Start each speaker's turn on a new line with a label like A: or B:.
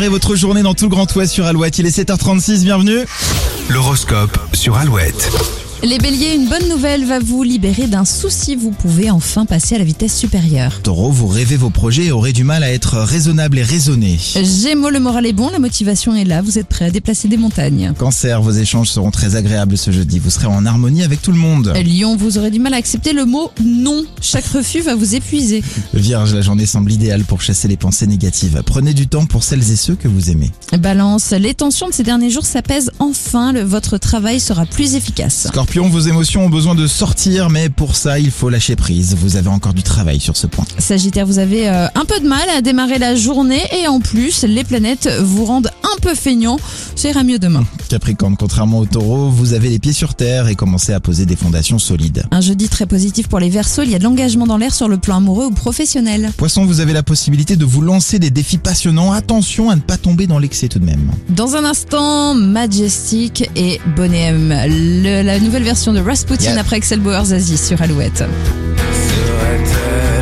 A: Et votre journée dans tout le Grand Ouest sur Alouette. Il est 7h36, bienvenue.
B: L'horoscope sur Alouette.
C: Les béliers, une bonne nouvelle va vous libérer d'un souci. Vous pouvez enfin passer à la vitesse supérieure.
A: Taureau, vous rêvez vos projets et aurez du mal à être raisonnable et raisonné.
C: Gémeaux, le moral est bon, la motivation est là. Vous êtes prêt à déplacer des montagnes.
A: Cancer, vos échanges seront très agréables ce jeudi. Vous serez en harmonie avec tout le monde.
C: Lion, vous aurez du mal à accepter le mot non. Chaque refus va vous épuiser.
A: Vierge, la journée semble idéale pour chasser les pensées négatives. Prenez du temps pour celles et ceux que vous aimez.
C: Balance, les tensions de ces derniers jours s'apaisent enfin. Le- votre travail sera plus efficace.
A: Scorpion, vos émotions ont besoin de sortir, mais pour ça, il faut lâcher prise. Vous avez encore du travail sur ce point.
C: Sagittaire, vous avez euh, un peu de mal à démarrer la journée et en plus, les planètes vous rendent un peu feignant. Ça ira mieux demain.
A: Capricorne, contrairement au taureau, vous avez les pieds sur terre et commencez à poser des fondations solides.
C: Un jeudi très positif pour les Verseaux, il y a de l'engagement dans l'air sur le plan amoureux ou professionnel.
A: Poisson, vous avez la possibilité de vous lancer des défis passionnants. Attention à ne pas tomber dans l'excès tout de même.
C: Dans un instant, Majestic et Bonhem, Le- la nouvelle version de Rasputin
A: Yeah.
C: après Axel Bauer Zazie sur Alouette.
B: Sur Alouette.